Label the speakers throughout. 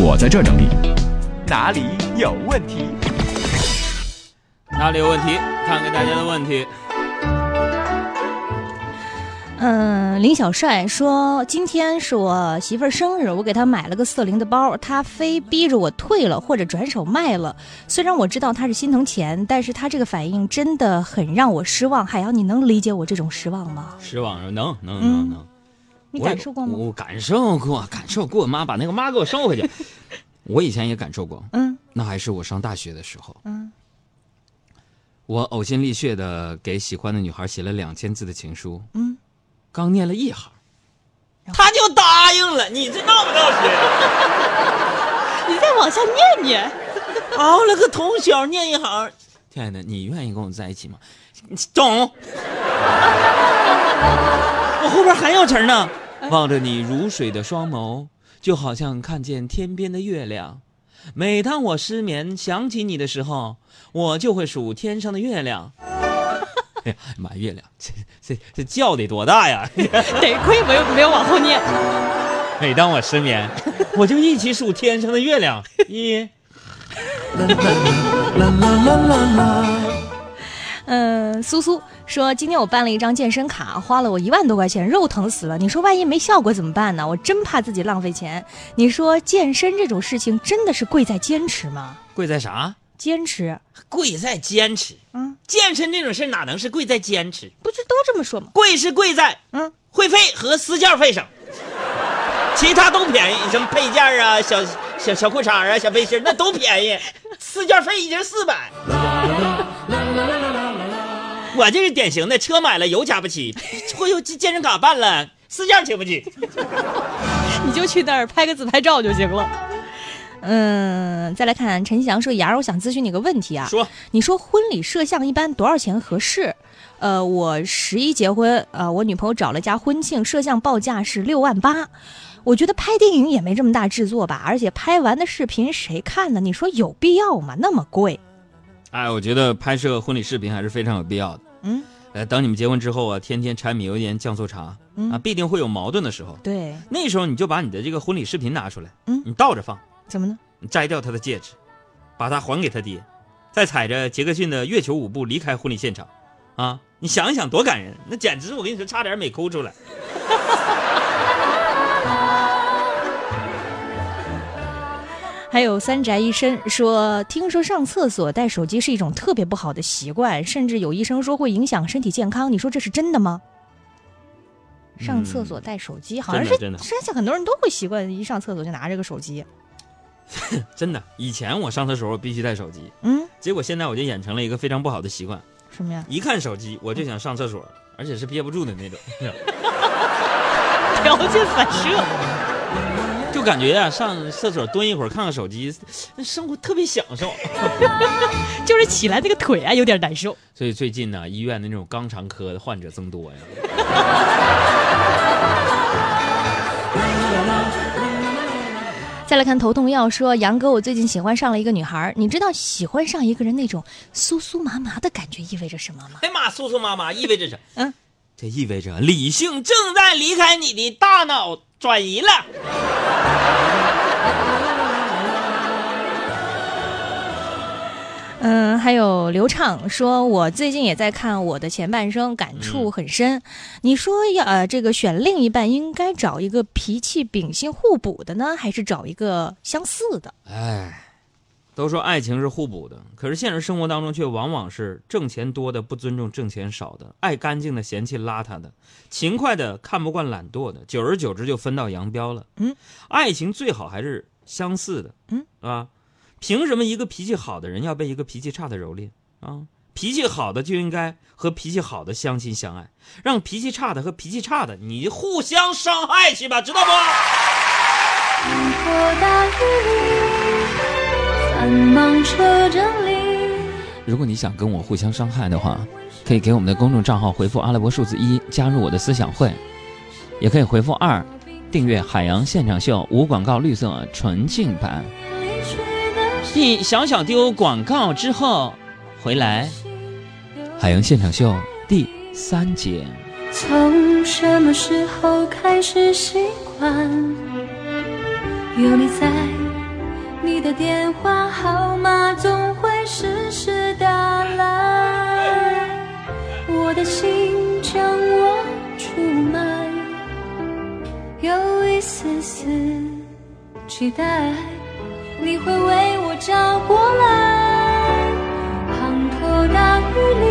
Speaker 1: 我在这整理。
Speaker 2: 哪里有问题？
Speaker 3: 哪里有问题？看看大家的问题。
Speaker 4: 嗯，林小帅说：“今天是我媳妇儿生日，我给她买了个四零的包，她非逼着我退了或者转手卖了。虽然我知道她是心疼钱，但是她这个反应真的很让我失望。海洋，你能理解我这种失望吗？
Speaker 3: 失望能能能
Speaker 4: 嗯
Speaker 3: 能，
Speaker 4: 你
Speaker 3: 我也
Speaker 4: 感受过吗？
Speaker 3: 我感受过，感受过。妈，把那个妈给我收回 去。我以前也感受过，
Speaker 4: 嗯
Speaker 3: 那还是我上大学的时候，
Speaker 4: 嗯，
Speaker 3: 我呕心沥血的给喜欢的女孩写了两千字的情书，
Speaker 4: 嗯，
Speaker 3: 刚念了一行，
Speaker 4: 然后
Speaker 3: 她就答应了。你这闹不闹心？
Speaker 4: 你再往下念念。
Speaker 3: 熬了个通宵念一行。亲爱的，你愿意跟我在一起吗？你懂。我后边还有词儿呢。
Speaker 4: 哎
Speaker 3: 望着你如水的双眸，就好像看见天边的月亮。每当我失眠想起你的时候，我就会数天上的月亮。 哎呀妈，月亮，这这这觉得多大呀！
Speaker 4: 得亏没有没有往后念。
Speaker 3: 每当我失眠，我就一起数天上的月亮。一，
Speaker 4: 嗯，苏苏说今天我办了一张健身卡，花了我一万多块钱，肉疼死了。你说万一没效果怎么办呢？我真怕自己浪费钱。你说健身这种事情真的是贵在坚持吗？
Speaker 3: 贵在啥？
Speaker 4: 坚持，
Speaker 3: 贵在坚持。
Speaker 4: 嗯，
Speaker 3: 健身这种事儿哪能是贵在坚持？
Speaker 4: 不是都这么说吗？
Speaker 3: 贵是贵在
Speaker 4: 嗯，
Speaker 3: 会费和私教费上，其他都便宜，什么配件儿啊、小小小裤衩儿啊、小背心儿那都便宜。私教费一节四百。我这是典型的，车买了油加不起，会有健身卡办了，私教请不起。
Speaker 4: 你就去那儿拍个自拍照就行了。嗯，再来看陈翔说：“雅儿，我想咨询你个问题啊。
Speaker 3: 说
Speaker 4: 你说婚礼摄像一般多少钱合适？呃，我十一结婚，呃，我女朋友找了家婚庆，摄像报价是六万八。我觉得拍电影也没这么大制作吧，而且拍完的视频谁看呢？你说有必要吗？那么贵？
Speaker 3: 哎，我觉得拍摄婚礼视频还是非常有必要的。
Speaker 4: 嗯，
Speaker 3: 呃，当你们结婚之后啊，天天柴米油盐酱醋茶、
Speaker 4: 嗯
Speaker 3: 啊，必定会有矛盾的时候。
Speaker 4: 对，
Speaker 3: 那时候你就把你的这个婚礼视频拿出来，
Speaker 4: 嗯
Speaker 3: 你倒着放，
Speaker 4: 怎么呢？
Speaker 3: 你摘掉他的戒指，把它还给他爹，再踩着杰克逊的《月球舞步》离开婚礼现场，啊，你想一想多感人，那简直我跟你说，差点没哭出来。
Speaker 4: 还有三宅医生说，听说上厕所带手机是一种特别不好的习惯，甚至有医生说会影响身体健康。你说这是真的吗？上厕所带手机，好像
Speaker 3: 真的
Speaker 4: 是
Speaker 3: 嗯真的
Speaker 4: 现在很多人都会习惯一上厕所就拿着个手机。
Speaker 3: 真的，以前我上厕所我必须带手机，
Speaker 4: 嗯，
Speaker 3: 结果现在我就养成了一个非常不好的习惯，
Speaker 4: 什么呀？
Speaker 3: 一看手机我就想上厕所，而且是憋不住的那种，
Speaker 4: 条件反射。
Speaker 3: 就感觉呀、啊上厕所蹲一会儿看看手机，那生活特别享受。
Speaker 4: 就是起来那个腿啊有点难受。
Speaker 3: 所以最近呢、医院的那种肛肠科的患者增多呀。
Speaker 4: 再来看头痛药说，杨哥，我最近喜欢上了一个女孩儿，你知道喜欢上一个人那种酥酥麻麻的感觉意味着什么吗？
Speaker 3: 哎妈，酥酥麻麻，意味着啥？
Speaker 4: 嗯，
Speaker 3: 这意味着理性正在离开你的大脑转移了。
Speaker 4: 嗯，还有刘畅说，我最近也在看我的前半生，感触很深。你说要呃，这个选另一半应该找一个脾气秉性互补的呢，还是找一个相似的？
Speaker 3: 哎，都说爱情是互补的，可是现实生活当中却往往是挣钱多的不尊重挣钱少的，爱干净的嫌弃邋遢的，勤快的看不惯懒惰的，久而久之就分道扬镳了。
Speaker 4: 嗯，
Speaker 3: 爱情最好还是相似的。
Speaker 4: 嗯
Speaker 3: 啊，凭什么一个脾气好的人要被一个脾气差的蹂躏啊？脾气好的就应该和脾气好的相亲相爱，让脾气差的和脾气差的你互相伤害去吧，知道不？
Speaker 5: 滂沱大雨里，繁忙车阵里。
Speaker 3: 如果你想跟我互相伤害的话，可以给我们的公众账号回复阿拉伯数字一，加入我的思想会，也可以回复二，订阅海洋现场秀无广告绿色纯净版。
Speaker 5: 里吹的是
Speaker 3: 你小小丢广告之后回来，海洋现场秀第三节。
Speaker 5: 从什么时候开始习惯有你在的电话号码总会时时打来，我的心将我出卖，有一丝丝期待，你会为我找过来。滂沱大雨里，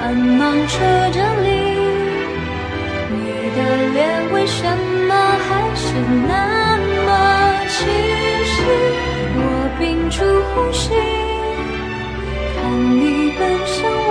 Speaker 5: 繁忙车站里。你的脸为什么还是那么清晰？我屏住呼吸，看你奔向我。